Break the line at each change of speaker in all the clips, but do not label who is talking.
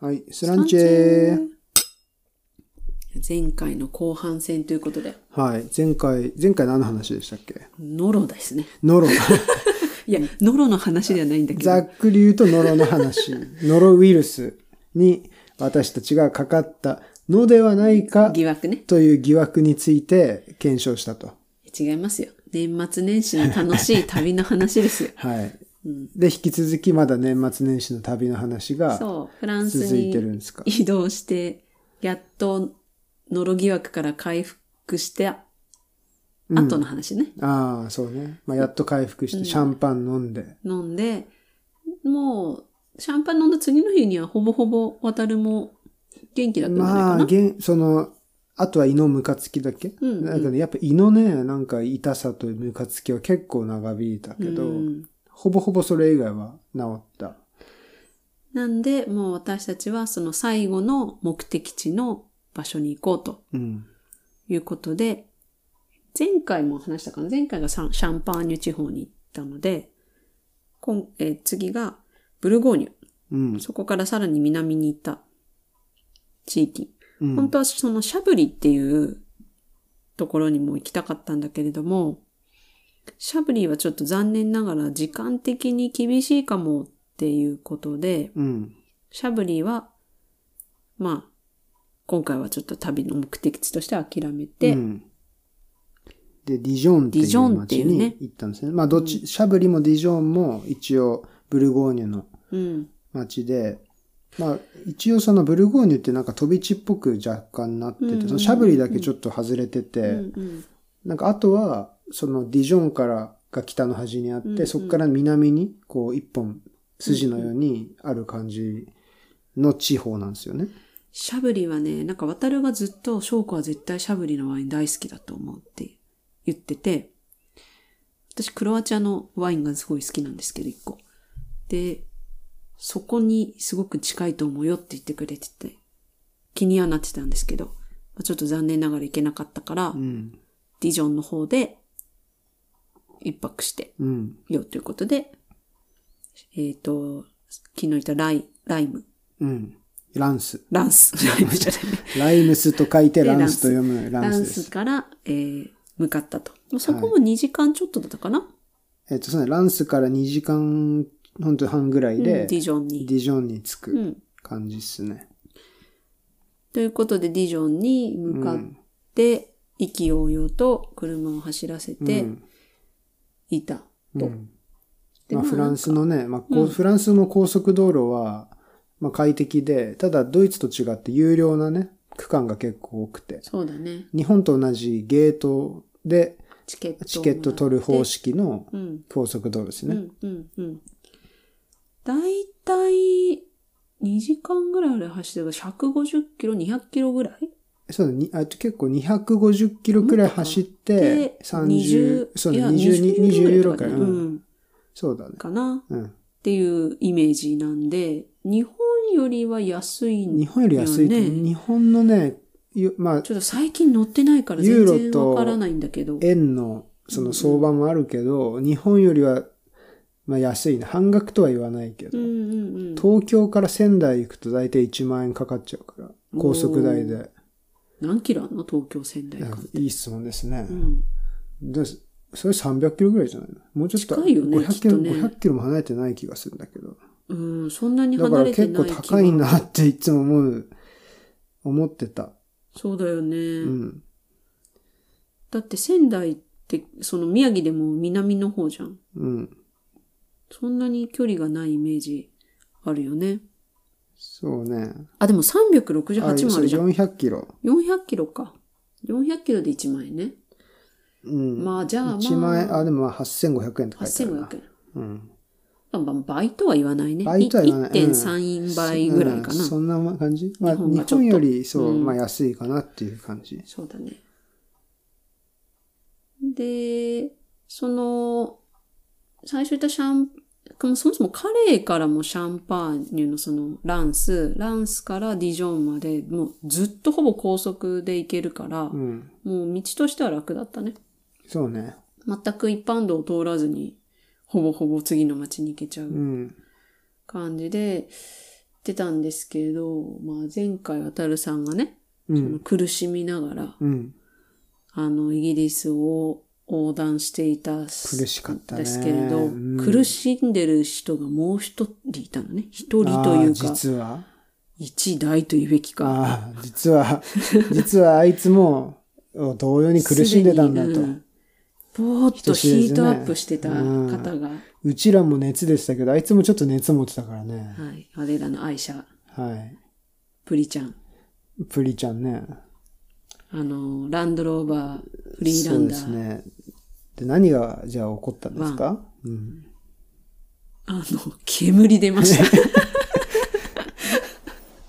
はい、スランチェー。
前回の後半戦ということで、
はい、前回、前回何の話でしたっけ
ノロですね。
ノ ロ。
いや、ノロの話ではないんだけ
ざ
ど、
っくり言うとノロの話。ノロウイルスに私たちがかかったのではないか
疑惑ね。
という疑惑について検証したと。。
違いますよ。年末年始の楽しい旅の話ですよ
はい。で、引き続きまだ年末年始の旅の話が
そう、フランス
続いてるん
に
ですか。
移動して、やっとノロ疑惑から回復して、後の話ね。
ああ、そうね。まあ、やっと回復してシャンパン飲んで。
飲んで、もう、シャンパン飲んだ次の日にはほぼほぼ渡るも元気だったんじゃないか
ま
な。
あ、げんその、あとは胃のムカつきだけ、
んうん
なんかね、やっぱ胃のね、なんか痛さとムカつきは結構長引いたけど、
うん
ほぼほぼそれ以外は治った。
なんで、もう私たちはその最後の目的地の場所に行こうと
うん。
いうことで、前回も話したかな前回がシャンシャンパーニュ地方に行ったので、今えー次がブルゴーニュ。
うん。
そこからさらに南に行った地域。
うん
本当はそのシャブリっていうところにも行きたかったんだけれども、シャブリはちょっと残念ながら時間的に厳しいかもっていうことで、
うん。
シャブリは、まあ、今回はちょっと旅の目的地として諦めて、
うんで、ディジョンって
ディジョ
いう
ンってい
街
うね
に行ったんですね。まあ、どっち、シャブリもディジョンも一応ブルゴーニュの
うん
街で、まあ、一応そのブルゴーニュってなんか飛び地っぽく若干なってて、
うんうんうん
そのシャブリだけちょっと外れてて、
うんうん
なんかあとは、そのディジョンからが北の端にあって、
うんうん
そこから南に、こう一本筋のようにある感じの地方なんですよね。
シャブリはね、なんか渡るがずっと、翔子は絶対シャブリのワイン大好きだと思うって言ってて、私クロアチアのワインがすごい好きなんですけど、一個。で、そこにすごく近いと思うよって言ってくれてて、気にはなってたんですけど、まあちょっと残念ながら行けなかったから、
うん。
ディジョンの方で一泊して
うん。
よということで、えっ、と、昨日言ったライ、ライム、
うん。ランス。
ランス、ライムじゃない。
ライムスと書いて
で
ランスと読むラ
ダ
ンス
ン
で
ス
す。
から、えー向かったと。まあそこも2時間ちょっとだったかな、
えっと、そうね、ランスから2時間、本当半ぐらい
うん
で、
ディジョン
デ
に。
ィジョンに着
う
く
ん。
感じっすね。
ということで、ディジョンに向かって、意気揚々と車を走らせ
う
て
ん
いた
う
と。
ん
で
まあ、
まあ
フランスのね、まあこう
うん
フランスの高速道路は、まあ、快適で、ただドイツと違って有料なね、区間が結構多くて、
そうだね。
日本と同じゲートで
チケット。
チケット取る方。式の
うん。
高速道路です
う
ね。
んうんうん。だいたい2時間ぐらいあれ走ってるから150キロ、200キロぐらい
そうだにあと結構250キロくらい走って、30、そう
い
ね、
や
20、20ユーロくらい。
う
うん
ん。
そうだね。
かな
うん。
っていうイメージなんで、日本よりは安いん
日本より安いけど、
よね
日本のね、ゆまあ、
ちょっと最近乗ってないから
ユー
全
ロと
然わからないんだけど。
円のその相場もあるけど、日本よりは、まあ、安いね。半額とは言わないけ
う
ど、
んうんうん。
東京から仙台行くと大体1万円かかっちゃうから、高速代
お
で。
何キロあんの東京仙台間。
いい質問ですね
う。ん。
でそれ300キロぐらいじゃないのもうちょっと
近いよね
500
き
キ
っ
ロ、
とね
500キロも離れてない気がするんだけど。
うん、そんなに
だか
離
ら
れて
結
な
構
い気が
高いなっていつも思う、思ってた。
そうだよね。
うん。
だって仙台って、その宮城でも南の方じゃん。
うん。
そんなに距離がないイメージあるよね。
そうね。
あ、でも
あれ
368も
そ
あ
れ
るじゃん。
400キロ。
400キロか。400キロで1万円ね。
うん。
まあじゃあまあ。
1万円、あ、でもまあ8500円って書いてあるな
8500。円。
うん。
まあまあ倍とは言わないね。
倍とは言わない
い
うん
1.34倍ぐらいかな。
うんそんな感じまあ、
日本
日
がちょっと
本より、そう、
うん
まあ安いかなっていう感じ。
そうだね。で、その、最初言ったシャン、そもそもカレーからもシャンパーニュのそのランス、ランスからディジョンまで、もうずっとほぼ高速で行けるから、
うん。
もう道としては楽だったね。
そうね。
全く一般道を通らずに、ほぼほぼ次の町に行けちゃう
うん。
感じで、ってたんですけど、まあ前回渡るさんがね、
う
その
ん。
苦しみながら、
うん。
あの、イギリスを横断していた苦
苦しかったね
ですけれど、
うん
苦しんでる人がもう一人いたのね。一人と
あ
い
ー
うか、
実は
一代というべきか。
ああ、実は、 実はあいつも同様に苦しんでたんだ
すで
と
に。うんぼーっとヒートアップしてた方が、
うちらも熱でしたけど、あいつもちょっと熱持ってたからね。
はい、我らの愛車、
はい。
プリちゃん。
プリちゃんね。
あの、ランドローバー、フリーラ
そう
ン
で
ダー。
すね。で、何が、じゃあ起こったんですかうん。
あの、煙出ました。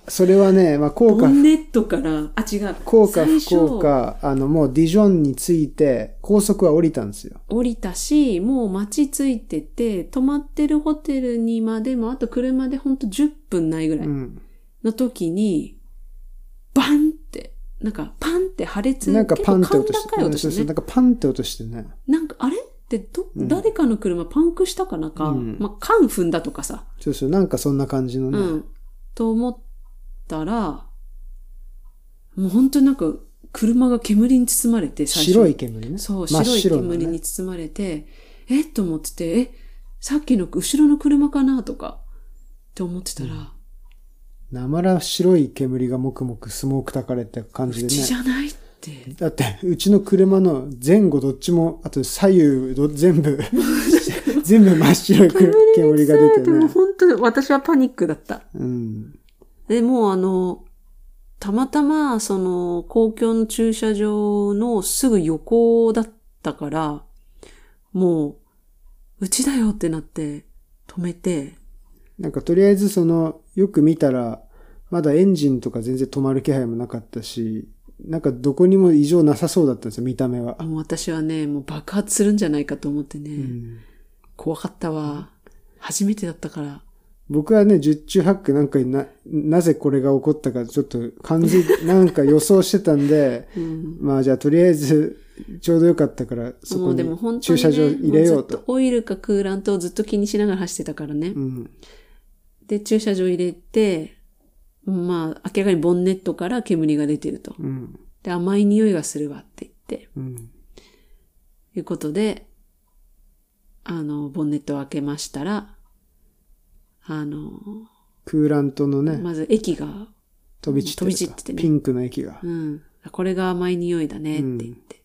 それはね、まあ、 効
ボ
果、
ンネットから、あ、違う。
効果
最
不
初
効果、あの、もうディジョンについて、高速は降りたんですよ。
降りたし、もう街ついてて、泊まってるホテルにまでも、あと車でほんと10分ないぐら
う
い
ん。
の時に、バンって、なんかパンって破裂、
なんかパンって
結構
音し
甲高い
て、
音
そう
し
そう
てね。
なんかパンって音してね。
なんか、あれってど、
うん
誰かの車パンクしたかなんか、
うん
まあ、缶踏んだとかさ、
そうそう、なんかそんな感じのね。
うん。と思ったら、もう本当になんか、車が煙に包まれて、最初。
白い煙ね。
そう、
真っ
白い
白な
煙
ね
に。包まれて、えっと思ってて、え、さっきの後ろの車かなとか、って思ってたら、
なまら白い煙がもくもくスモークたかれた感
う
じでね
ち。じゃないって。
だって、うちの車の前後どっちも、あと左右ど全 部、全部真っ白いく煙が出て
でも
ね。
本当に私はパニックだった。
うん。
で、もうあの、たまたま、その、公共の駐車場のすぐ横だったから、もう、うちだよってなって、止めて、
なんかとりあえずその、よく見たら、まだエンジンとか全然止まる気配もなかったし、なんかどこにも異常なさそうだったんですよ、見た目は。
もう私はね、もう爆発するんじゃないかと思ってね、
うん
怖かったわ。初めてだったから。
僕はね、十中八九なんかにな、なぜこれが起こったかちょっと感 じ、なんか予想してたんで、
うん。
まあじゃあとりあえず、ちょうどよかったから、そ
も
こ
うでも本当に、
に駐車
ね、
場入れよう
もず
と
っ。オイルかクーラントをずっと気にしながら走ってたからね。
うん。
で、駐車場入れて、まあ、明らかにボンネットから煙が出てると。
うん。
で、甘い匂いがするわって言って、
うん。
いうことで、あの、ボンネットを開けましたら、あの、
クーラントのね、
まず液が、
飛び散ってる
飛び散っててね
ピンクの液が。
うん、これが甘い匂いだねって言って。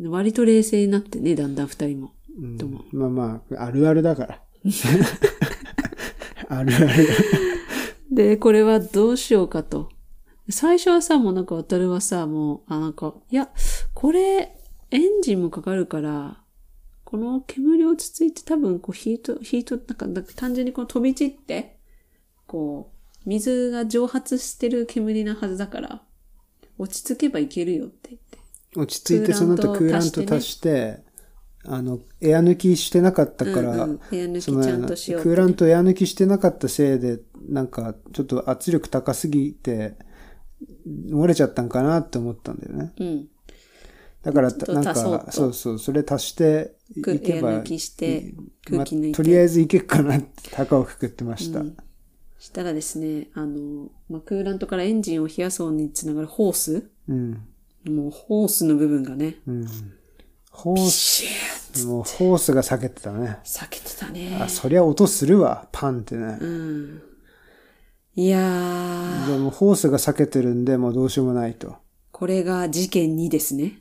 で割と冷静になってね、だんだん二人も。
うん
どうも
まあまあ、あるあるだ から。あるある。
で、これはどうしようかと。最初はさ、もうなんか渡るはさ、もう、あ、なんか、いや、これ、エンジンもかかるから、この煙落ち着いて多分こうヒート、ヒート、なんか、なんか単純にこの飛び散って、こう、水が蒸発してる煙なはずだから、落ち着けばいけるよって言って。
落ち着いて、
クーラント
その後クーラント足して、あの、エア抜きしてなかったから、
うんうん、部屋
そ
抜
の
きちゃんとしようっ
ク
て
ーラントエア抜きしてなかったせいで、なんか、ちょっと圧力高すぎて、漏れちゃったんかなって思ったんだよね。
うん。
だから、
ちょっと
なん
足そう
か、
と
そうそう、それ足してい
くエ
け
ア
ば、
抜きして、空気抜いて。
まあとりあえずいけっかなって、高をくくってました。
うんしたらですね、あの、まあ、クーラントからエンジンを冷やそうにつながるホース
うん。
もうホースの部分がね、
うん。ホー
シュー
ス、もうホースが避けてたね。
避けてたね。
あ、そりゃ音するわ、パンってね。
うん。いやー、
でもホースが避けてるんで、もうどうしようもないと。
これが事件2ですね。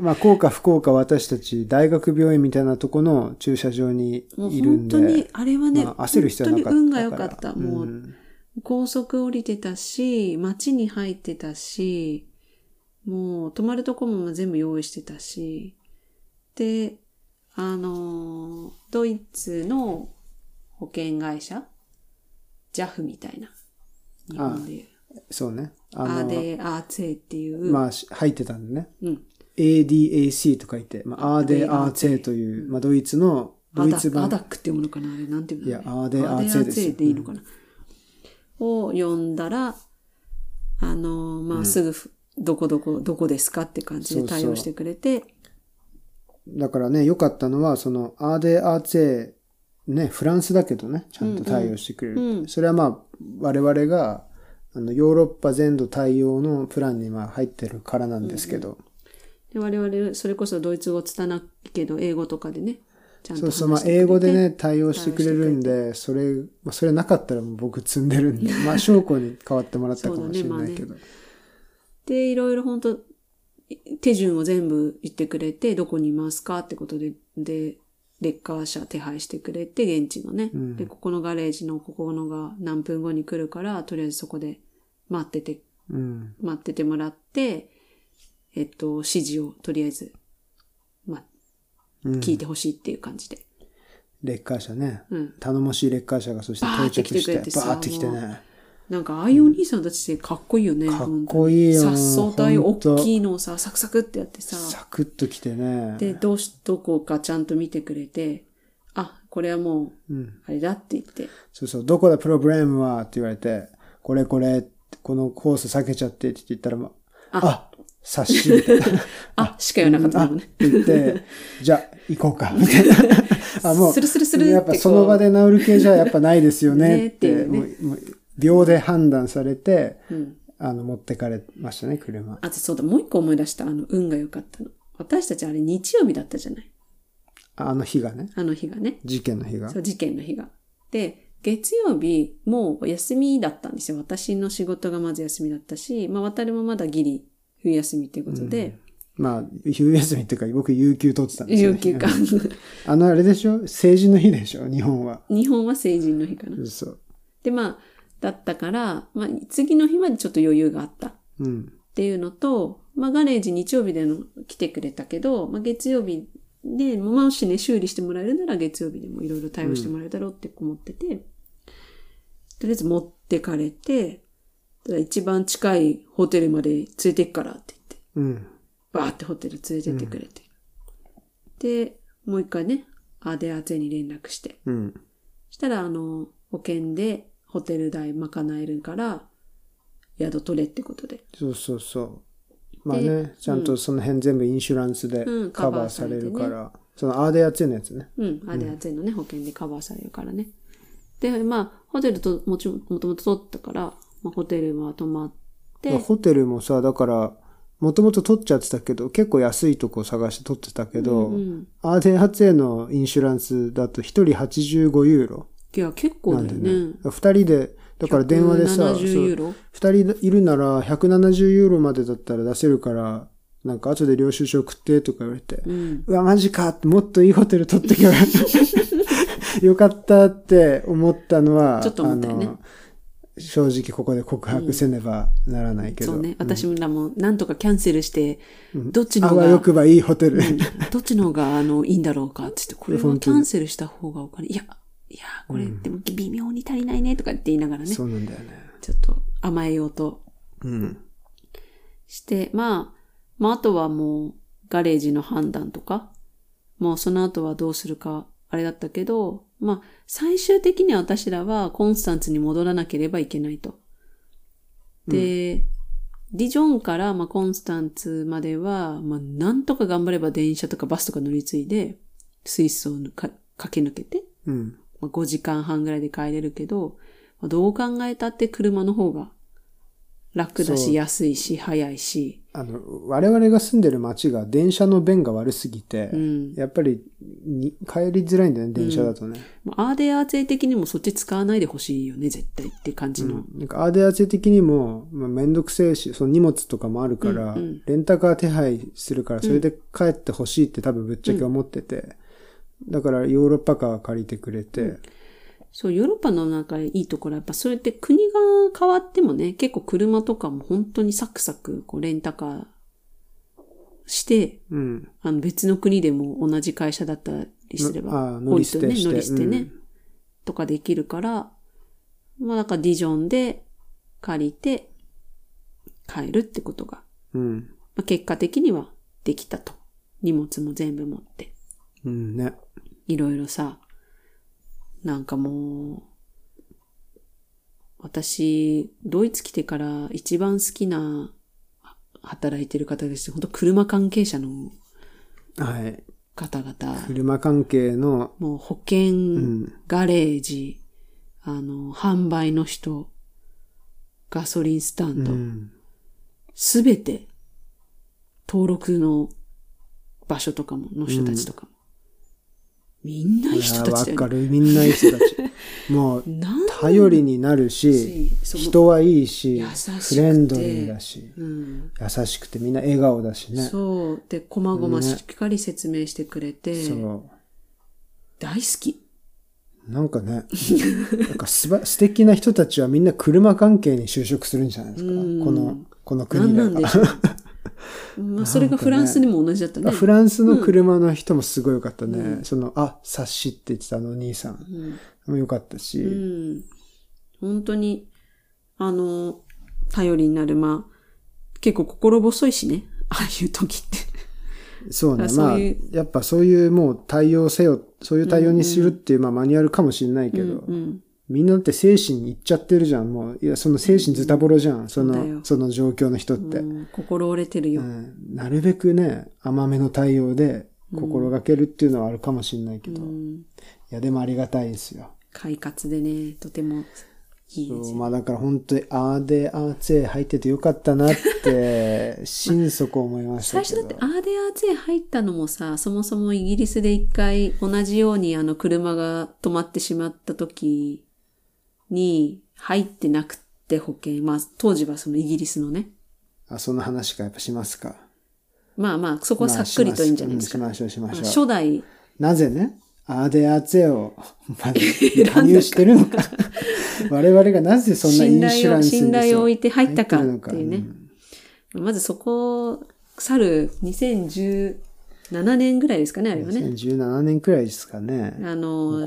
まあ、効か不効か私たち、大学病院みたいなとこの駐車場に
もう
いるん
本
で。
当に、あれはね、
まあ、焦る必要はなかったから。
本当に運が良かった。もう、
ん
高速降りてたし、街に入ってたし、もう泊まるとこも全部用意してたし、で、あのー、ドイツの保険会社 ?JAF みたいな。日本でいう。
そうね。
ア
あの、
ーデー・アーツェっていう、
まあ、し入ってたんでね。
うん。
ADAC と書いて、まあ、アーデーアーツェという、まあ、ドイツの、ドイツ
アダアダ
版。
ックっていうものかなあれなんていうの
いやアーデアーツェですよ
でいいのかな、を読んだら、あのー、まあ、すぐふ、どこどこ、どこですかって感じで対応してくれて、
だからね、良かったのは、その、アーデーアーツェね、フランスだけどね、ちゃんと対応してくれる。
うんうん
それはまあ、我々が、あの、ヨーロッパ全土対応のプランにまあ入ってるからなんですけど、
で我々、それこそドイツ語つたなくけど、英語とかでね、ちゃんと
そう
話して
そ
く
う、まあ、
れて
英語でね、対応してくれるんで、それ、まあ、それなかったらもう僕積んでるん で、まあ、証拠に代わってもらったかもしれないけど。
で、いろいろ本当手順を全部言ってくれて、どこにいますかってことで、で、レッカー車手配してくれて、現地のね、
うん
で、ここのガレージの、ここのが何分後に来るから、とりあえずそこで待ってて、
うん。
待っててもらって、えっと、指示をとりあえず、まあ、
うん
聞いてほしいっていう感じで。
レッカー車ね。
うん
頼もしいレッカー車がそして
バー
到
って来
着
て
し
く
て、
れ
バ
てさ
ーって来てね。
なんか、ああいうお兄さんたちってかっこいいよね。
かっこいいよ
本当に殺草帯
ほ
大
んと
きいのをさ、サクサクってやってさ。
サクッと来てね。
で、どうし、どこかちゃんと見てくれて、あ、これはもう、あれだって言って、
そうそう、どこだプロブレムはって言われて、これこれ、このコース避けちゃってって言ったら、まあ、あ、察し、 みたいな
あ、しか言わなかった
あ、
の
っ
ね
て。言って、じゃあ、行こうか、みたい な。あ、もう、
スルスルスルってこう
やっぱその場で治る系じゃやっぱないですよねっ
ねって
て、
いうね
もうもう秒で判断されて、
うん。
あの、持ってかれましたね、車。
あとそうだ、もう一個思い出した、あの、運が良かったの。私たちあれ日曜日だったじゃない。
あの日がね、
あの日がね。
事件の日が
そ。う、事件の日が。で、月曜日、もう休みだったんですよ。私の仕事がまず休みだったし、まあ、渡るもまだギリ、冬休みっていうことで、
まあ、冬休みっていうか、僕、有給取ってたんですよ、
有
ね。
給か。
あの、あれでしょ成人の日でしょ日本は。
日本は成人の日かな。
そう。
で、まあ、だったから、まあ、次の日までちょっと余裕があった。
うん。
っていうのと、まあ、ガレージ日曜日での来てくれたけど、まあ、月曜日で、もしね、修理してもらえるなら月曜日でもいろいろ対応してもらえるだろうって思ってて、とりあえず持ってかれて、ただ一番近いホテルまで連れてくからって言っ
う
て、
ん。
バーってホテル連れてってくれて。で、もう一回ね、アデアゼに連絡して、
うん。
したら、あの、保険でホテル代賄えるから、宿取れってことで。
そうそうそう。まあね、ちゃんとその辺全部インシュランスで
うん
カバーされるか
カ
ら、そのアーデアツェのやつね。
うん、あれ、あ全のね、保険でカバーされるからね。で、まあ、ホテルと、もちろん、もともと取ったから、まあ、ホテルは泊まって、
まあホテルもさ、だから、もともと取っちゃってたけど、結構安いとこ探して取ってたけど、
うん。
アーデアツェのインシュランスだと1人85ユーロ
いや、結構
なん
だ
で
よ
ね。
ね。
2人で、だから電話でさ、そう
70ユーロ
2人いるなら170ユーロまでだったら出せるから、なんか後で領収書送ってとか言われて、
うん。
うわ、マジかって、もっといいホテル取っとけ ばよかったって思ったのは、
ちょっと思ったよね
あの正直ここで告白せねばならないけど。
そうね。私もらも、なんとかキャンセルして、どっちの
あ
方
わ
が、
よくばいいホテル。
どっちの方が、あの、いいんだろうか、つって、これはキャンセルした方がお金、いや、いや、これ、でも微妙に足りないね、とかって言いながらね、ち
そ
ょ
うなんだよね。
っと甘えようと
うん。
して、まあ、まあ、あとはもう、ガレージの判断とか、もうその後はどうするか、あれだったけど、まあ、最終的には私らはコンスタンツに戻らなければいけないと。で、ディジョンから、まあ、コンスタンツまでは、まあ、なんとか頑張れば電車とかバスとか乗り継いで、スイスをか駆け抜けて、
うん。
まあ、5時間半ぐらいで帰れるけど、まあ、どう考えたって車の方が楽だ
そう
し、安いし、早いし、
あの、我々が住んでる街が電車の便が悪すぎて、
うん
やっぱりに帰りづらいんだよね、電車だとね。
まあアーデアー勢的にもそっち使わないでほしいよね、絶対って感じの。
なんかアーデアチェ的にも、まあ、めんどくせえし、その荷物とかもあるから、
うんうん
レンタカー手配するから、それで帰ってほしいって多分ぶっちゃけ思ってて、だからヨーロッパカー借りてくれて、
そう、ヨーロッパの中でいいところはやっぱそれって国が変わってもね、結構車とかも本当にサクサクこうレンタカーして、
うん。
あの別の国でも同じ会社だったりすれ
のあ
ば
ー、乗り捨て
ね、
して
乗り捨てね、
うん
とかできるから、まあだからディジョンで借りて帰るってことが、
うん。
まあ、結果的にはできたと。荷物も全部持って。
うんね。
いろいろさ、なんかもう、私、ドイツ来てから一番好きなは働いてる方です。本当車関係者の
はい。
方々、
車関係の、
もう保険、
ん
ガレージ、あの、販売の人、ガソリンスタ
う
ンド、
ん。
すべて、登録の場所とかも、の人たちとかも。みんないい人た
わ
ちだよ
か
ね。
る。みんないい人た ち。もう、
なん
頼りになるし、
そう
人はいいし、
優しく
フ
て
レンドリーだし、
うん。
優しくてみんな笑顔だしね。そ
そう。で、こまごましっかり説明してくれて、
う。
大好き。
なんかね、 なんかすば素敵な人たちはみんな車関係に就職するんじゃないですか。
うん
この、この
なん
国
な
だ
ん
か
で
ら。
しょう。まあ、それがフランスにも同じだったね。
フランスの車の人もすごい良かったね。その、あ、察しって言ってたあのお兄さん
うん
も良かったし、
うん。本当に、あの、頼りになる。まあ、結構心細いしね。 ああいう時って。
そうね
だ。から
まあ、
そうい
や
う
っぱそういうもう対応せよ、そういう対応にするっていう、まあマニュアルかもしれないけど、
うん。
みんなだって精神にいっちゃってるじゃん。もう、いや、その精神ズタボロじゃん。そ
そうだよ
の、その状況の人って、
もう心折れてるよ
う。んなるべくね、甘めの対応で心がけるっていうのはあるかもしれないけど、
う
い
ん。
や、でもありがたいですよ。
快活でね、とてもいいです
そう
よ。
まあだから本当に、あーで、あーつえ入っててよかったなって、心底思いまし
最
たけ
初
ど。
だってアーデアーツェ入ったのもさ、そもそもイギリスで一回同じようにあの車が止まってしまった時に入ってなくて保険。まあ当時はそのイギリスのね。
あ、その話かやっぱしますか。
まあまあそこはさっくりといいんじゃないですか。
まあしますうんしましょうしましょう。
初代
なぜね、アーデアーツェを、まあ、加入してるの か。我々がなぜそんなイ
信
ンシュ
頼
ラ
を、
ンスに
信頼を置いて入ったか
入
っていうね
るのか。
まずそこを、去る2017年ぐらいですかね、あれは
うん
ね。
2017年くらいですかね。
あの、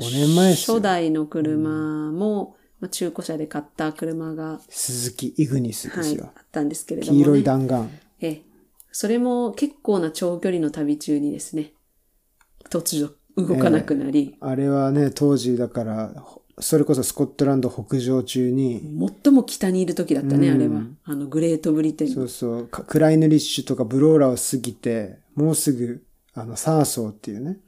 5年前ですよ
初代の車も、まあ中古車で買った車が、
鈴木イグニスで
は
す
い、
よ。
あったんですけれども、
黄
ね。
色い弾丸。
ええ。それも結構な長距離の旅中にですね、突如動かなくなり、
あれはね、当時だから、ほそれこそスコットランド北上中に、
最も北にいる時だったね、
うん
あれは。あの、グレートブリテン
そ
の
うそう、かクライヌリッシュとかブローラを過ぎて、もうすぐ、あの、サーソーっていうね、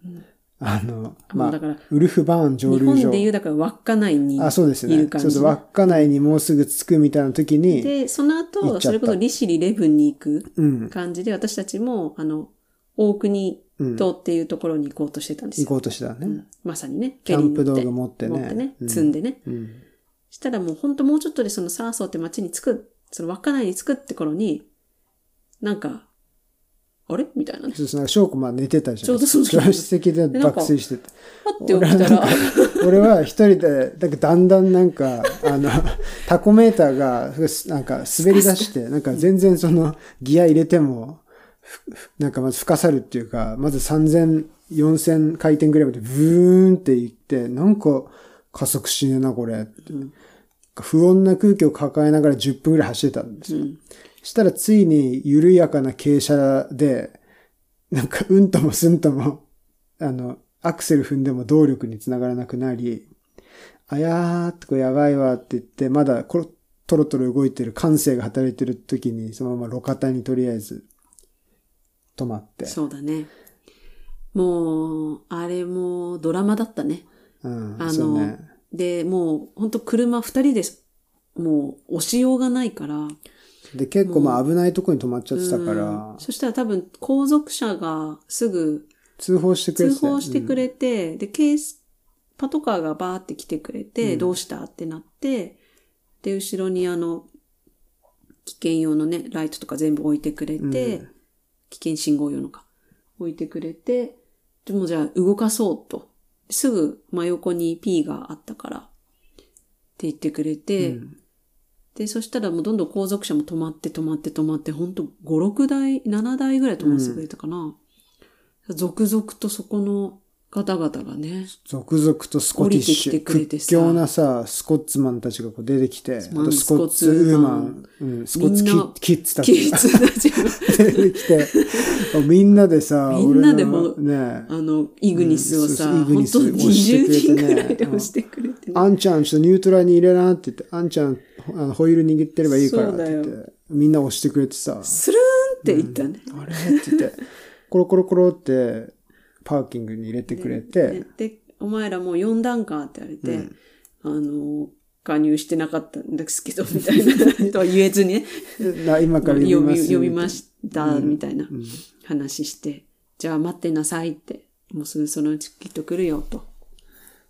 あの、ま
も
あ
うだから、
ウルフバーン上
日
流
本
場
で。いう、だから、稚内にい
あ、そうですね。
る感じ
そうそう、稚内にもうすぐ着くみたいな時に、
で、その
行っ
後、
ちゃった
それこそ利尻レブンに行く
うん、
感じで、私たちも、あの、大国島っていうところに行こうとしてたんです
行
よ。
こうとしたらね。
うんまさにね、
キャンプ
フェリーに
道具持ってね
持ってね
う、ん
積んでね。
うん
したらもうほんともうちょっとでそのサーソーって町に着く、その稚内に着くって頃に、なんか、あれみたい なね。
そうそう、なんか、翔子まあ寝てたじゃん。
ちょうどそう
助
そ
手
う
席で爆睡してた。
パッて起きたら、
俺は一人で、だからだんだんなんか、あの、タコメーターが、ふなんか滑り出して、なんか全然その、ギア入れても、ふふなんかまず吹かさるっていうか、まず3000、4000回転ぐらいまでブーンっていって、なんか加速しねえな、これ。不穏な空気を抱えながら10分ぐらい走ってたんですよ。したらついに緩やかな傾斜で、なんかうんともすんとも、あの、アクセル踏んでも動力につながらなくなり、あやーってこれやばいわって言って、まだころ、トロトロ動いてる感性が働いてる時に、そのまま路肩にとりあえず止まって。
そうだね。もう、あれもドラマだったね。
うん、
あ
そう
の、
ね。
で、もう、ほんと車二人です。もう、押しようがないから。
で、結構まあ危ないとこに止まっちゃってたから
うん、そしたら多分、後続車がすぐ
通報してくれ
通
てたよ
報してくれて、で、ケース、パトカーがバーって来てくれて、どうしたってなって、で、後ろにあの、危険用のね、ライトとか全部置いてくれて、危険信号用のか、置いてくれて、でもうじゃあ動かそうと。すぐ真横に P があったから、って言ってくれて、で、そしたらもうどんどん後続車も止まって止まって止まって、ほんと5、6台、7台ぐらい止まってくれたかな。続々とそこの方々がね、
続々とスコティッシ
降り
ュ、
てきてくれて
屈
さ
強なさ、スコッツマンたちがこう出てきて、あ
マン
とスコッツウーマン、うん、スコッツキ
みんな
キッズた
キ
ち
ッ
が
ズたちが、
出てきて、 みんなでさ、
みんなで
俺の
も
ね、
あの、イグニスをさ、
うんそうそうイグ
本
ニス
当
押
に
して
20
くれて
人
ね
ぐらいで押してくれてね。
あんちゃんちょっとニュートラルに入れなって言って、あんちゃんあのホイール握ってればいいからって言っ
そ
て、みんな押してくれてさ、
スルーンって言ったね。
あれって言って、コロコロコロって、パーキングに入れてくれ
で
て、、
でお前らもう4段階って言われて、あの、加入してなかったんですけど、みたいなとは言えずにね、
な今から
呼び
読みます。
呼びました、みたいな
うん
話して、じゃあ待ってなさいって、もうすぐそのうちきっと来るよと。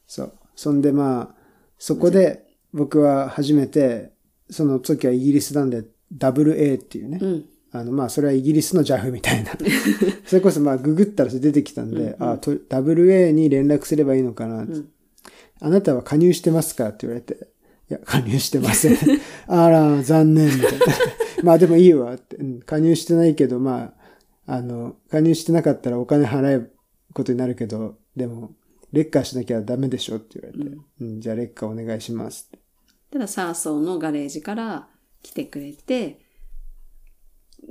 そう。そんでまあ、そこで僕は初めて、その時はイギリスなんで WA っていうね、
うん。
あのまあそれはイギリスの JAF み たいな。それこそまあググったらそれ出てきたんで、あと WA に連絡すればいいのかなって、あなたは加入してますかって言われて、いや、加入してません。 あら、残念、みたいな。 まあでもいいわって、うん加入してないけど、まあ、あの、加入してなかったらお金払うことになるけど、でも、劣化しなきゃダメでしょって言われて、うん、じゃあ劣化お願いしますって。
ただ、サーソーのガレージから来てくれて、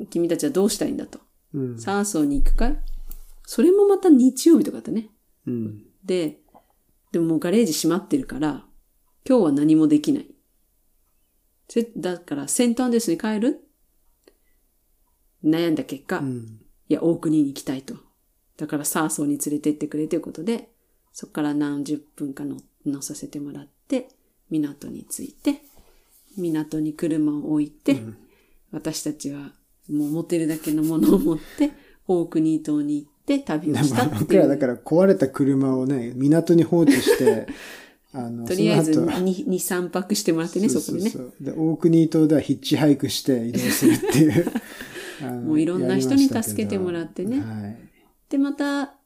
君たちはどうしたいんだと。
うん。
サーソーに行くかいそれもまた日曜日とかだったね。
うん。
で、でももうガレージ閉まってるから、今日は何もできない。せだから、セントアンデスに帰る悩んだ結果、
うん。
いや、オークニーに行きたいと。だから、サーソーに連れて行ってくれということで、そこから何十分かの乗させてもらって、港に着いて、港に車を置いて、私たちはもう持てるだけのものを持って、オークニー島に行って旅を
で
した
も
って
僕
いう。
らだから壊れた車をね、港に放置して、あの、
とりあえず
その後
2、3泊してもらってね、そこでね
う。うそうで、大国島ではヒッチハイクして移動するっていう。 あの
もういろんな人に助けてもらってね
やりましたけどはい。
で、また、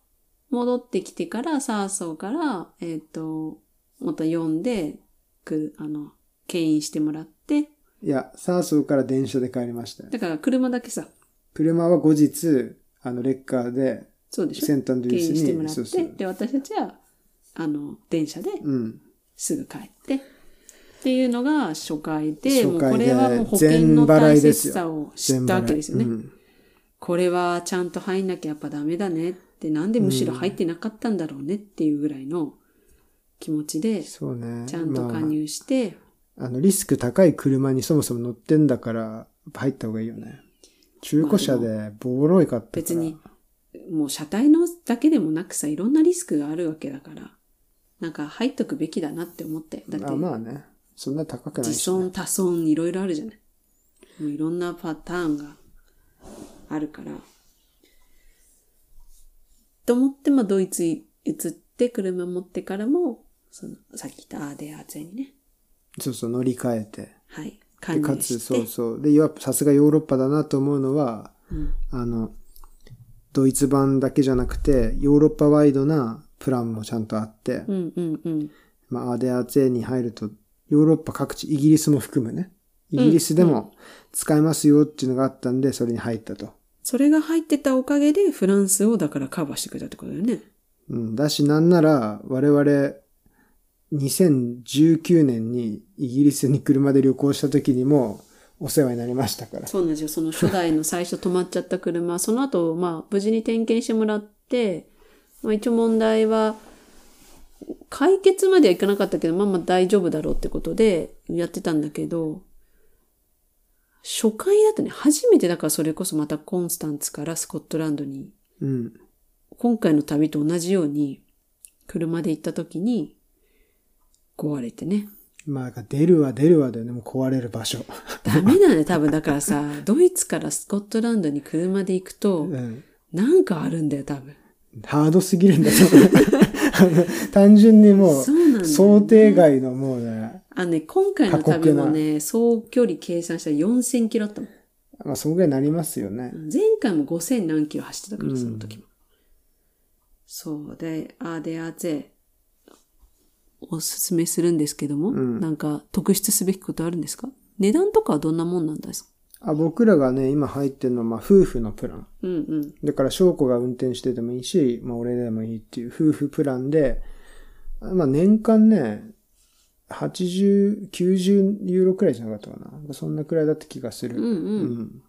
戻ってきてから、サーソーから、えっ、と、また読んで、く、あの、牽引してもらって、
いや、サーソーから電車で帰りましたよ。
だから車だけさ、
車は後日、あの、レッカーで、
そうでし
セ
ょ
ントアンドリ
牽
ュース
引
に、
してもらって、
そうそう。
で、私たちは、あの、電車で
うん。
すぐ帰って、っていうのが初回で、
初
もうこ
回
れ
で
はもう保険
全払
の大
いで
切
すよ
さを知ったわけですよね。
うん
これはちゃんと入んなきゃやっぱダメだねって、なんでむしろ入ってなかったんだろうねっていうぐらいの気持ちで、
そうね。
ちゃんと加
ま
入して、
あ、あの、リスク高い車にそもそも乗ってんだから、やっぱ入った方がいいよね。中古車でボロいかったから。
別に。もう車体のだけでもなくさ、いろんなリスクがあるわけだから、なんか入っとくべきだなって思って。だって
あ、、まあね。そんな高くない
自
しね、
損、多損、いろいろあるじゃない。もういろんなパターンがあるから。と思って、まあ、ドイツに移って、車持ってからも、その、さっき言ったアーデアーツェにね、
そうそう、乗り換えて。
はい、
で
関
か
係
つ、
し
そう
て、
そう。で、やっぱさすがヨーロッパだなと思うのは、
うん
あの、ドイツ版だけじゃなくて、ヨーロッパワイドなプランもちゃんとあって、
うんうんうん。
まあ、アーデアーツェに入ると、ヨーロッパ各地、イギリスも含むね。イギリスでも使えますよっていうのがあったんで、それに入ったと。
それが入ってたおかげで、フランスをだからカバーしてくれたってことだよね。
うん。だし、なんなら、我々、2019年にイギリスに車で旅行した時にもお世話になりましたから。
そうなんですよ。その初代の最初止まっちゃった車、 その後、まあ、無事に点検してもらって、まあ、一応問題は、解決まではいかなかったけど、まあまあ大丈夫だろうってことでやってたんだけど、初回だったね。初めてだからそれこそまたコンスタンツからスコットランドに、
うん。
今回の旅と同じように、車で行った時に、壊れてね。
まあ、なんか出るわ出るわだよね、もう壊れる場 所。
ダメだね、多分。だからさ、ドイツからスコットランドに車で行くと、
うん。
なんかあるんだよ、多分。
ハードすぎるんだと 思うあの。単純にも
そうなんだよ
う、
ね
想定外のもうね、
あのね、今回の旅もね、総距離計算したら4000キロだったもん。
まあ、そんぐらいになりますよね。
前回も5000何キロ走ってたから、その時も。そうで、あーで、あーぜ、おすすめするんですけども、なんか特筆すべきことあるんですか値段とかはどんなもんなんですか
あ僕らがね、今入ってるのは、まあ、夫婦のプラン。
うんうん。
だから、翔子が運転しててもいいし、まあ、俺でもいいっていう夫婦プランで、まあ、年間ね、80、90ユーロくらいじゃなかったかな。そんなくらいだった気がする。
うんうん。
うん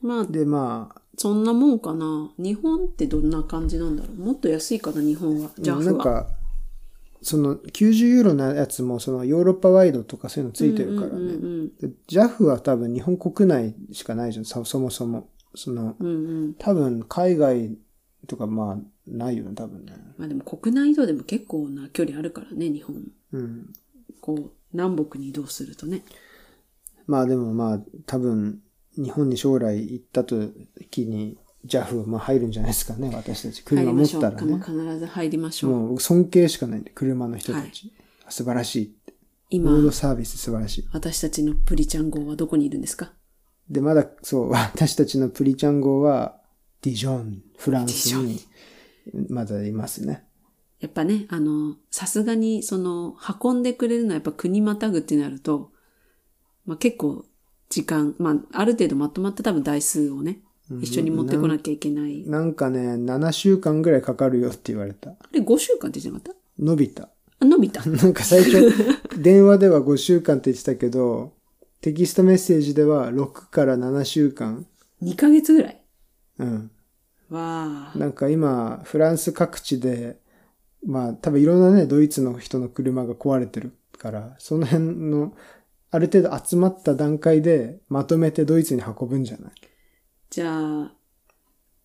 まあ、
で、まあ、
そんなもんかな。日本ってどんな感じなんだろうもっと安いかな、日本は。ジャ
うん
フ
なん
は。
か、その90ユーロのやつも、そのヨーロッパワイドとかそういうのついてるからね。
うんうん
で JAF は多分日本国内しかないじゃん、そそもそも。その、
うんうん。
多分海外とか、まあ、ないよね、多分ね。
まあでも国内移動でも結構な距離あるからね、日本。
うん。
こう、南北に移動するとね。
まあでもまあ多分日本に将来行った時に JAF まあ入るんじゃないですかね私たち
入
車
り
持
ま
っ
しょう。
たら
もう
ね
必ず入りましょう。
もう僕尊敬しかないんで車の人たち、素晴らしいってロー
今
ド、サービス素晴らしい
私たちのプリちゃん号はどこにいるんですか
でまだそう私たちのプリチャン号はディジョンフランスにまだいますね
やっぱね、あの、さすがに、その、運んでくれるのはやっぱ国またぐってなると、まあ結構、時間、まあ、ある程度まとまった多分台数をね、一緒に持ってこなきゃいけない。
なんかね7週間ぐらいかかるよって言われた
あれ5週間って言ってなかっ
伸びた
たあ、伸びた。
なんか最初、電話では5週間って言ってたけど、テキストメッセージでは6から7週間。
2ヶ月ぐらい。
うん。
わあ。
なんか今、フランス各地で、まあ多分いろんなね、ドイツの人の車が壊れてるから、その辺の、ある程度集まった段階で、まとめてドイツに運ぶんじゃ ない
じゃあ、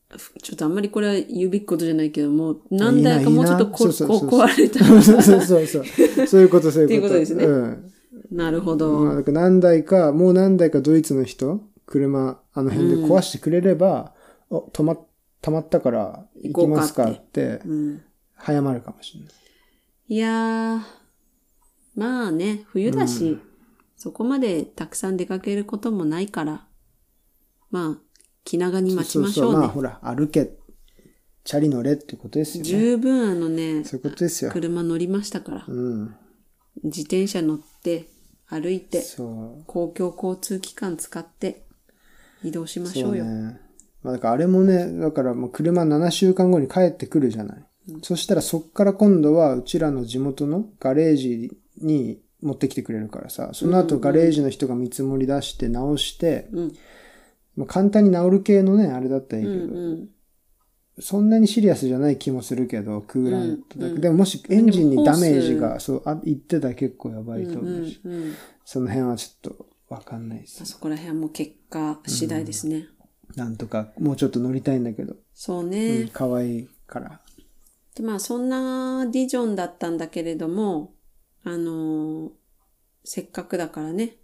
ふちょっとあんまりこれは言うべきことじゃないけども、何台かもうちょっとこ
いいないいなそうそう
こ
そう
う壊れた。
そうそうそうそう。そういうこと、そういうこと。
っていうことですね
うん。
なるほど。
まあ、だから何台か、もう何台かドイツの人、車、あの辺で壊してくれれば、お、止まっ、溜まったから行きますか
行
っ
こ
て、
うん。
早まるかもしれない。
いやー、まあね、冬だし、そこまでたくさん出かけることもないから、まあ、気長に待ちましょうね。
まあほら、歩け、チャリ乗れってことですよね。
十分あのね、
そういうことですよ。
車乗りましたから、
うん。
自転車乗って、歩いて、
そう。
公共交通機関使って、移動しまし
そ
ょ
う
うよ。
ね。まあだからあれもね、だからもう車7週間後に帰ってくるじゃない。そしたらそっから今度はうちらの地元のガレージに持ってきてくれるからさ、その後ガレージの人が見積もり出して直して、
うん
まあ簡単に治る系のね、あれだったらいいけ
う
ど、
んうん。
そんなにシリアスじゃない気もするけど、クーラントだけ、でももしエンジンにダメージが、そう、あ言ってたら結構やばいと思うし、
うん、
その辺はちょっとわかんないです。
そこら辺はもう結果次第ですね。
なんとか、もうちょっと乗りたいんだけど、
そう
う
ね。
ん、可愛いから。
で、まあそんなディジョンだったんだけれども、あのーせっかくだからね、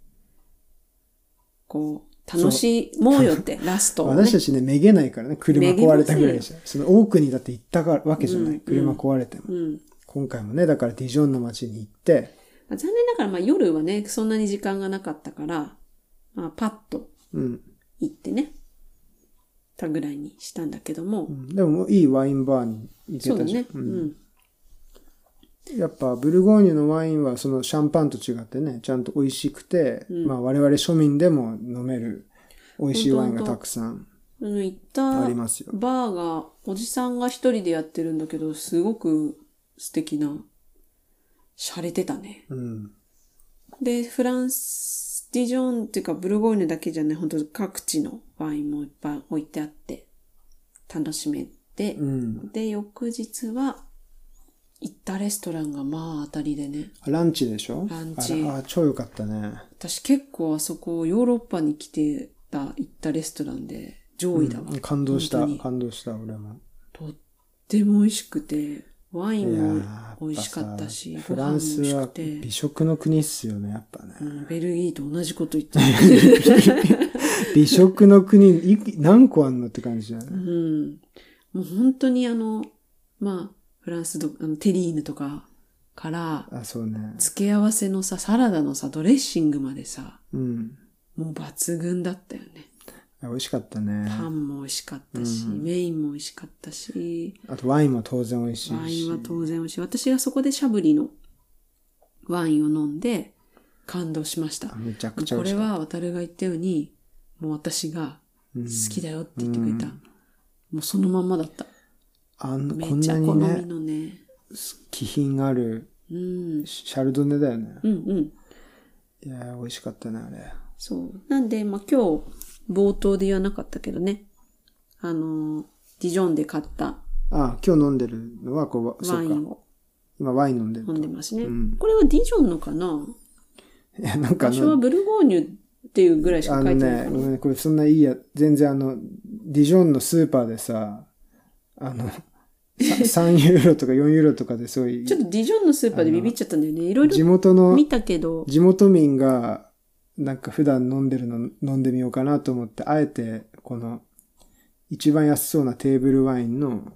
こう、楽しもうよって、ラストを、ね。
私たちね、めげないからね、車壊れたぐらいでしょ。その多くにだって行ったかわけじゃない。車壊れても。
うん。
今回もね、だからディジョンの街に行って、
まあ残念ながら、まあ夜はね、そんなに時間がなかったから、まあパッと
うん。
行ってね、たぐらいにしたんだけども、
うんでももういいワインバーに行け
そうだ
たじゃん。
ね。うん。
やっぱブルゴーニュのワインはそのシャンパンと違ってね、ちゃんと美味しくて、まあ我々庶民でも飲める美味しいワインがたくさん
あの、行っ
あ
た
りますよ。
バーが、おじさんが一人でやってるんだけど、すごく素敵な、洒落てたね。
うん。
で、フランス、ディジョンっていうか、ブルゴーニュだけじゃない、本当各地のワインもいっぱい置いてあって、楽しめて、
うん。
で、翌日は、行ったレストランがまあ当たりでね。
ランチでしょ
ランチ
あらあ、超良かったね。
私結構あそこ、ヨーロッパに来てた、行ったレストランで上位だわ。
感動した
本当に、
感動した、俺も。
とっても美味しくて、ワイン
い
も
やーやっぱさ
美味しかったし、
フ
ご
ラ
飯も
ンス
美味しく
は
て、
美食の国っすよね、やっぱね。
うんベルギーと同じこ と言ってる。
美食の国、い何個あんのって感じじゃ
う
ない
ん。もう本当にあの、まあ、フランスとあのテリーヌとかから、
あ、そうね。
付け合わせのさ、サラダのさ、ドレッシングまでさ、
うん。
もう抜群だったよね。
美味しかったね。
パンも美味しかったし、メインも美味しかったし、
あとワインも当然美味しいし。
ワインは当然美味しい。私がそこでシャブリのワインを飲んで感動しました。
めちゃくちゃ美
こ
味し
れ
かっ
は渡るが言ったように、もう私が好きだよって言ってくれた。もうそのまんまだった。
た。あの、
め
こん
っちゃ
な
好
に
み
ね、
のね。
気品がある
うん。
シャルドネだよね
う。んうん。
いやー、美味しかったね、あれ。
そう。なんで、まあ、今日、冒頭で言わなかったけどね。あのー、ディジョンで買った
あ、今日飲んでるのは、こう、
ワ
そう
イ
か
ン。を
今ワイン飲んでる
飲
と。
んでますね。
ん
これはディジョンのかない
や、なんかあ
場所は
の、
ブルゴーニュっていうぐらいしか
あ
書
の
いてない
ね、
か
ご
ら。
めんこれそんないいや、全然あの、ディジョンのスーパーでさ、あの、さ3ユーロとか4ユーロとかですごい
ち、ょっとディジョンのスーパーでビビっちゃったんだよね。いろい
地
ろ
元の、
見たけど、
地元民が、なんか普段飲んでるの飲んでみようかなと思って、あえて、この、一番安そうなテーブルワインの、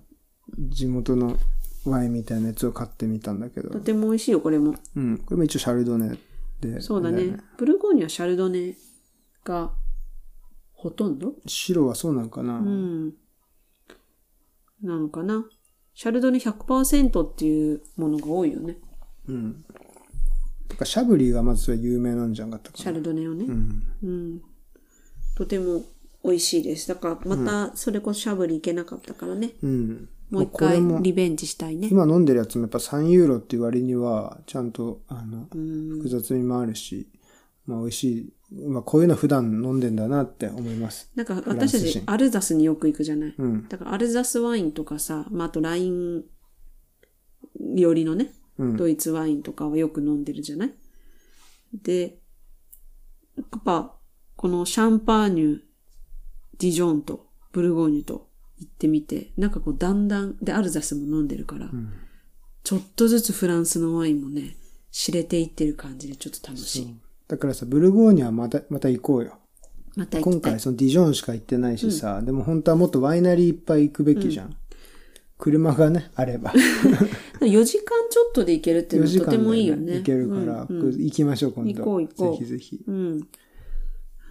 地元のワインみたいなやつを買ってみたんだけど
と、ても美味しいよ、これも。
うん、これも一応シャルドネで、
そうだね。ブルゴーニュはシャルドネがほとんど
白はそうなんかな、
うん。なのかな。シャルドネ100%っていうものが多いよね。
とかシャブリーがまずそれ有名なんじゃなかったか
シ
な
ャルドネをね。うん。とても美味しいです。だから、また、それこそシャブリ行けなかったからね。
うん。
もう一
これ
回
も
リベンジしたいね。
今飲んでるやつもやっぱ3ユーロっていう割には、ちゃんと、あの、複雑にもあるし、まあ美味しい。まあこういうの普段飲んでんだなって思います。
なんか私たちアルザスによく行くじゃない。だからアルザスワインとかさ、まあ、あとラインよりのね、ドイツワインとかはよく飲んでるじゃない。で、やっぱこのシャンパーニュ、ディジョンとブルゴーニュと行ってみて、なんかこうだんだん、でアルザスも飲んでるから、ちょっとずつフランスのワインもね、知れていってる感じでちょっと楽しい。
だからさ、ブルゴーニュはまた、また行こうよ。
また行き
今
たい
回そのディジョンしか行ってないしさ、でも本当はもっとワイナリーいっぱい行くべきじゃん。車がね、あれ ば。
4時間ちょっとで行けるっていう
4
のは
時
と
間
て
で
もいいよね。
行けるから、
うんうん
行きましょう、今度。
行こう行こう
ぜひぜひ。
うん。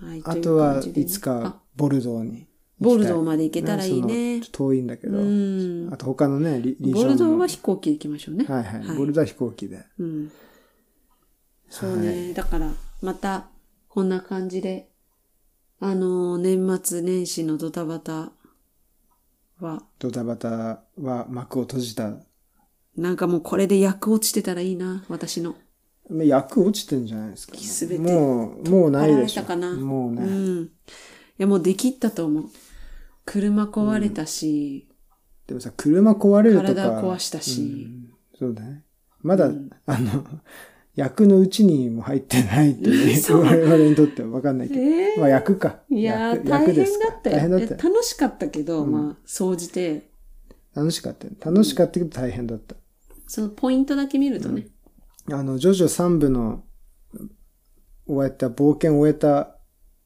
はい。
あ
いう
とは
感じで
い
ね
つ
あ
かボルドーに行きたい。
ボルドーまで行けたらいいね
その遠いんだけど
う。ん。
あと他のね、リリジョ
ボ
ンも
ルドーは飛行機で行きましょうね。
はいはい。ボルドーは飛行機で。
うん。そうね。だから、また、こんな感じで、あのー、年末年始のドタバタは、
ドタバタは幕を閉じた。
なんかもうこれで役落ちてたらいいな、私の。
役落ちてんじゃないですか、
全て
もう、もうないでしょ。
払えたかな
もうね、
うん。いや、もうできったと思う。車壊れたし、
でもさ、車壊れるとか。
体壊したし、
そうだね。まだ、あの、 役のうちにも入ってないって いう、我々にとっては分かんないけど。
え
まあ役か。
いやー、
役
大
役で
変
す
だ
か
ったよ。
大変だったよ
いや楽しかったけど、まあ、総じて、
楽しかったよ。楽しかったけど大変だった。
そのポイントだけ見るとね。
あの、ジョジョ3部の、終えた、冒険を終えた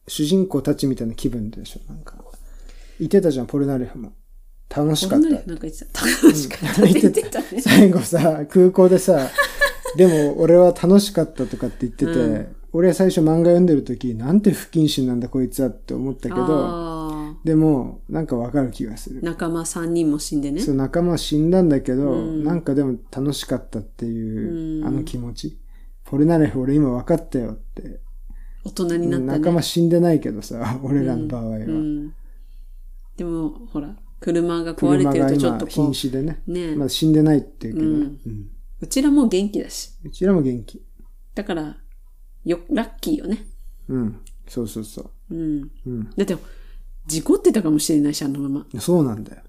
主人公たちみたいな気分でしょ、なんか。いてたじゃん、ポルナレフも。楽しか
こ
っ
ん
た
な。なんか言ってた。楽しかったって言ってたね。
最後さ、空港でさ、 でも俺は楽しかったとかって言ってて、俺最初漫画読んでる時、なんて不謹慎なんだこいつはって思ったけど、
あ
でも、なんかわかる気がする
ー。仲間3人も死んでね。
そう、仲間は死んだんだけど、なんかでも楽しかったっていう、あの気持ち。ポルナレフ俺今分かったよって。
大人になった
仲
ね。
間死んでないけどさ、俺らの場合は。
うん。でも、ほら、車が壊れ
車
てる
が
とちょっ
今
と、こ
瀕
う、
死でね。
ね
まだ死んでないっていうけど、ねう
うちらも元気だし。
んうちらも元気。
だから、よ、ラッキーよね。
うん。そうそうそう。
うん。
うん
だって、事故ってたかもしれないし、あのまま。
そうなんだよ。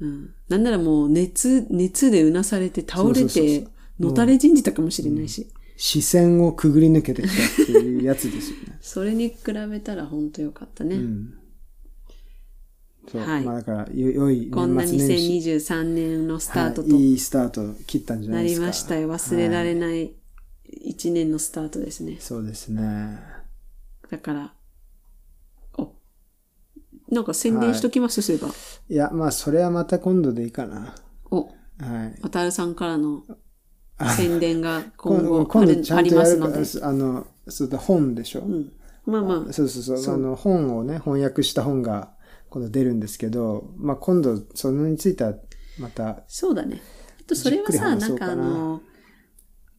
うんなんならもう熱、熱でうなされて倒
そ
れ
うそうそう
て
そ、
のたれ死んじたかもしれないし。。
視線をくぐり抜けてきたっていうやつですよね
それに比べたら本当よかったね。
そう。
はい
まあだから、よ良い
こんな
年末年始。
2023年のスタートと
はいいいスタートを切ったんじゃな
ない
で
り
すか。
ましたよ。忘れら
はい
れない一年のスタートですね。
そうですね。
だから、お、なんか宣伝しときます、そういえば。
いや、まあ、それはまた今度でいいかな。
お、
はい。
渡るさんからの宣伝が今後あ
今度
る
ち
あ
ゃん
り
と
ま
や
す
るか
ので
ら。、あの、そうだ、本でしょ。
まあまあ、
そうそうそうあの本をね翻訳した本が今度出るんですけど、まあ、今度そのについてはまた
そうだね。あとそれは
じっく
さ、なん
り話そうか
か
な
あの、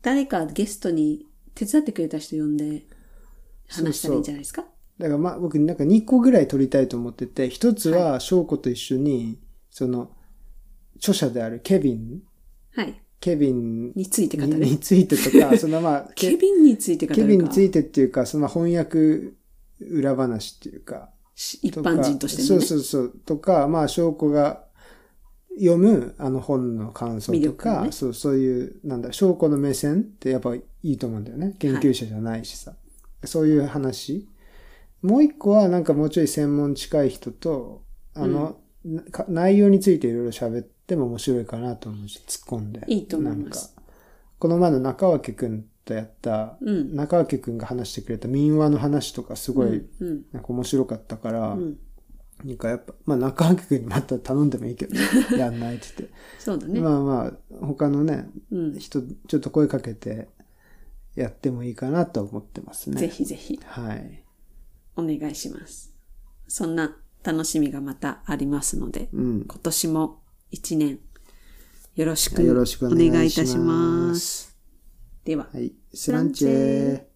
誰かゲストに手伝ってくれた人呼んで話したらいいんじゃないですか
だからまあ僕なんか2個ぐらい取りたいと思ってて一つは翔子と一緒にその著者であるケビン
はい。
ケビンに
について語る。
についてと かそのまあ
ケ
ケ
ビンについて語る
ケ
か。
ビンについてっていうかその翻訳裏話っていうか
し一般人として
そ
の
う
ね。
そうそう。とか、まあ、証拠が読むあの本の感想
魅
と
力を
か、
ね
そう、そういう、なんだ、証拠の目線ってやっぱいいと思うんだよね。研究者じゃないしさ。そういう話。もう一個は、なんかもうちょい専門近い人と、あの、なか内容についていろいろ喋っても面白いかなと思うし、突っ込んで。
いいと思います
なんか。この前の中脇くんとやった、
うん
中脇くんが話してくれた民話の話とかすごい、
うん。
なんか面白かったから、
ん
なんかやっぱ、まあ中脇くんにまた頼んでもいいけ ど、やんないって言って。
そうだね。
まあまあ、他のね、
うん。
人、ちょっと声かけてやってもいいかなと思ってますね。
ぜ。ひぜひ
はい。
お願いします。そんな楽しみがまたありますので、
うん。
今年も一年よろしく
よろしくお
お
願
願
い
い
し
い
ま
た
す
します。では。
はい。スランチェー。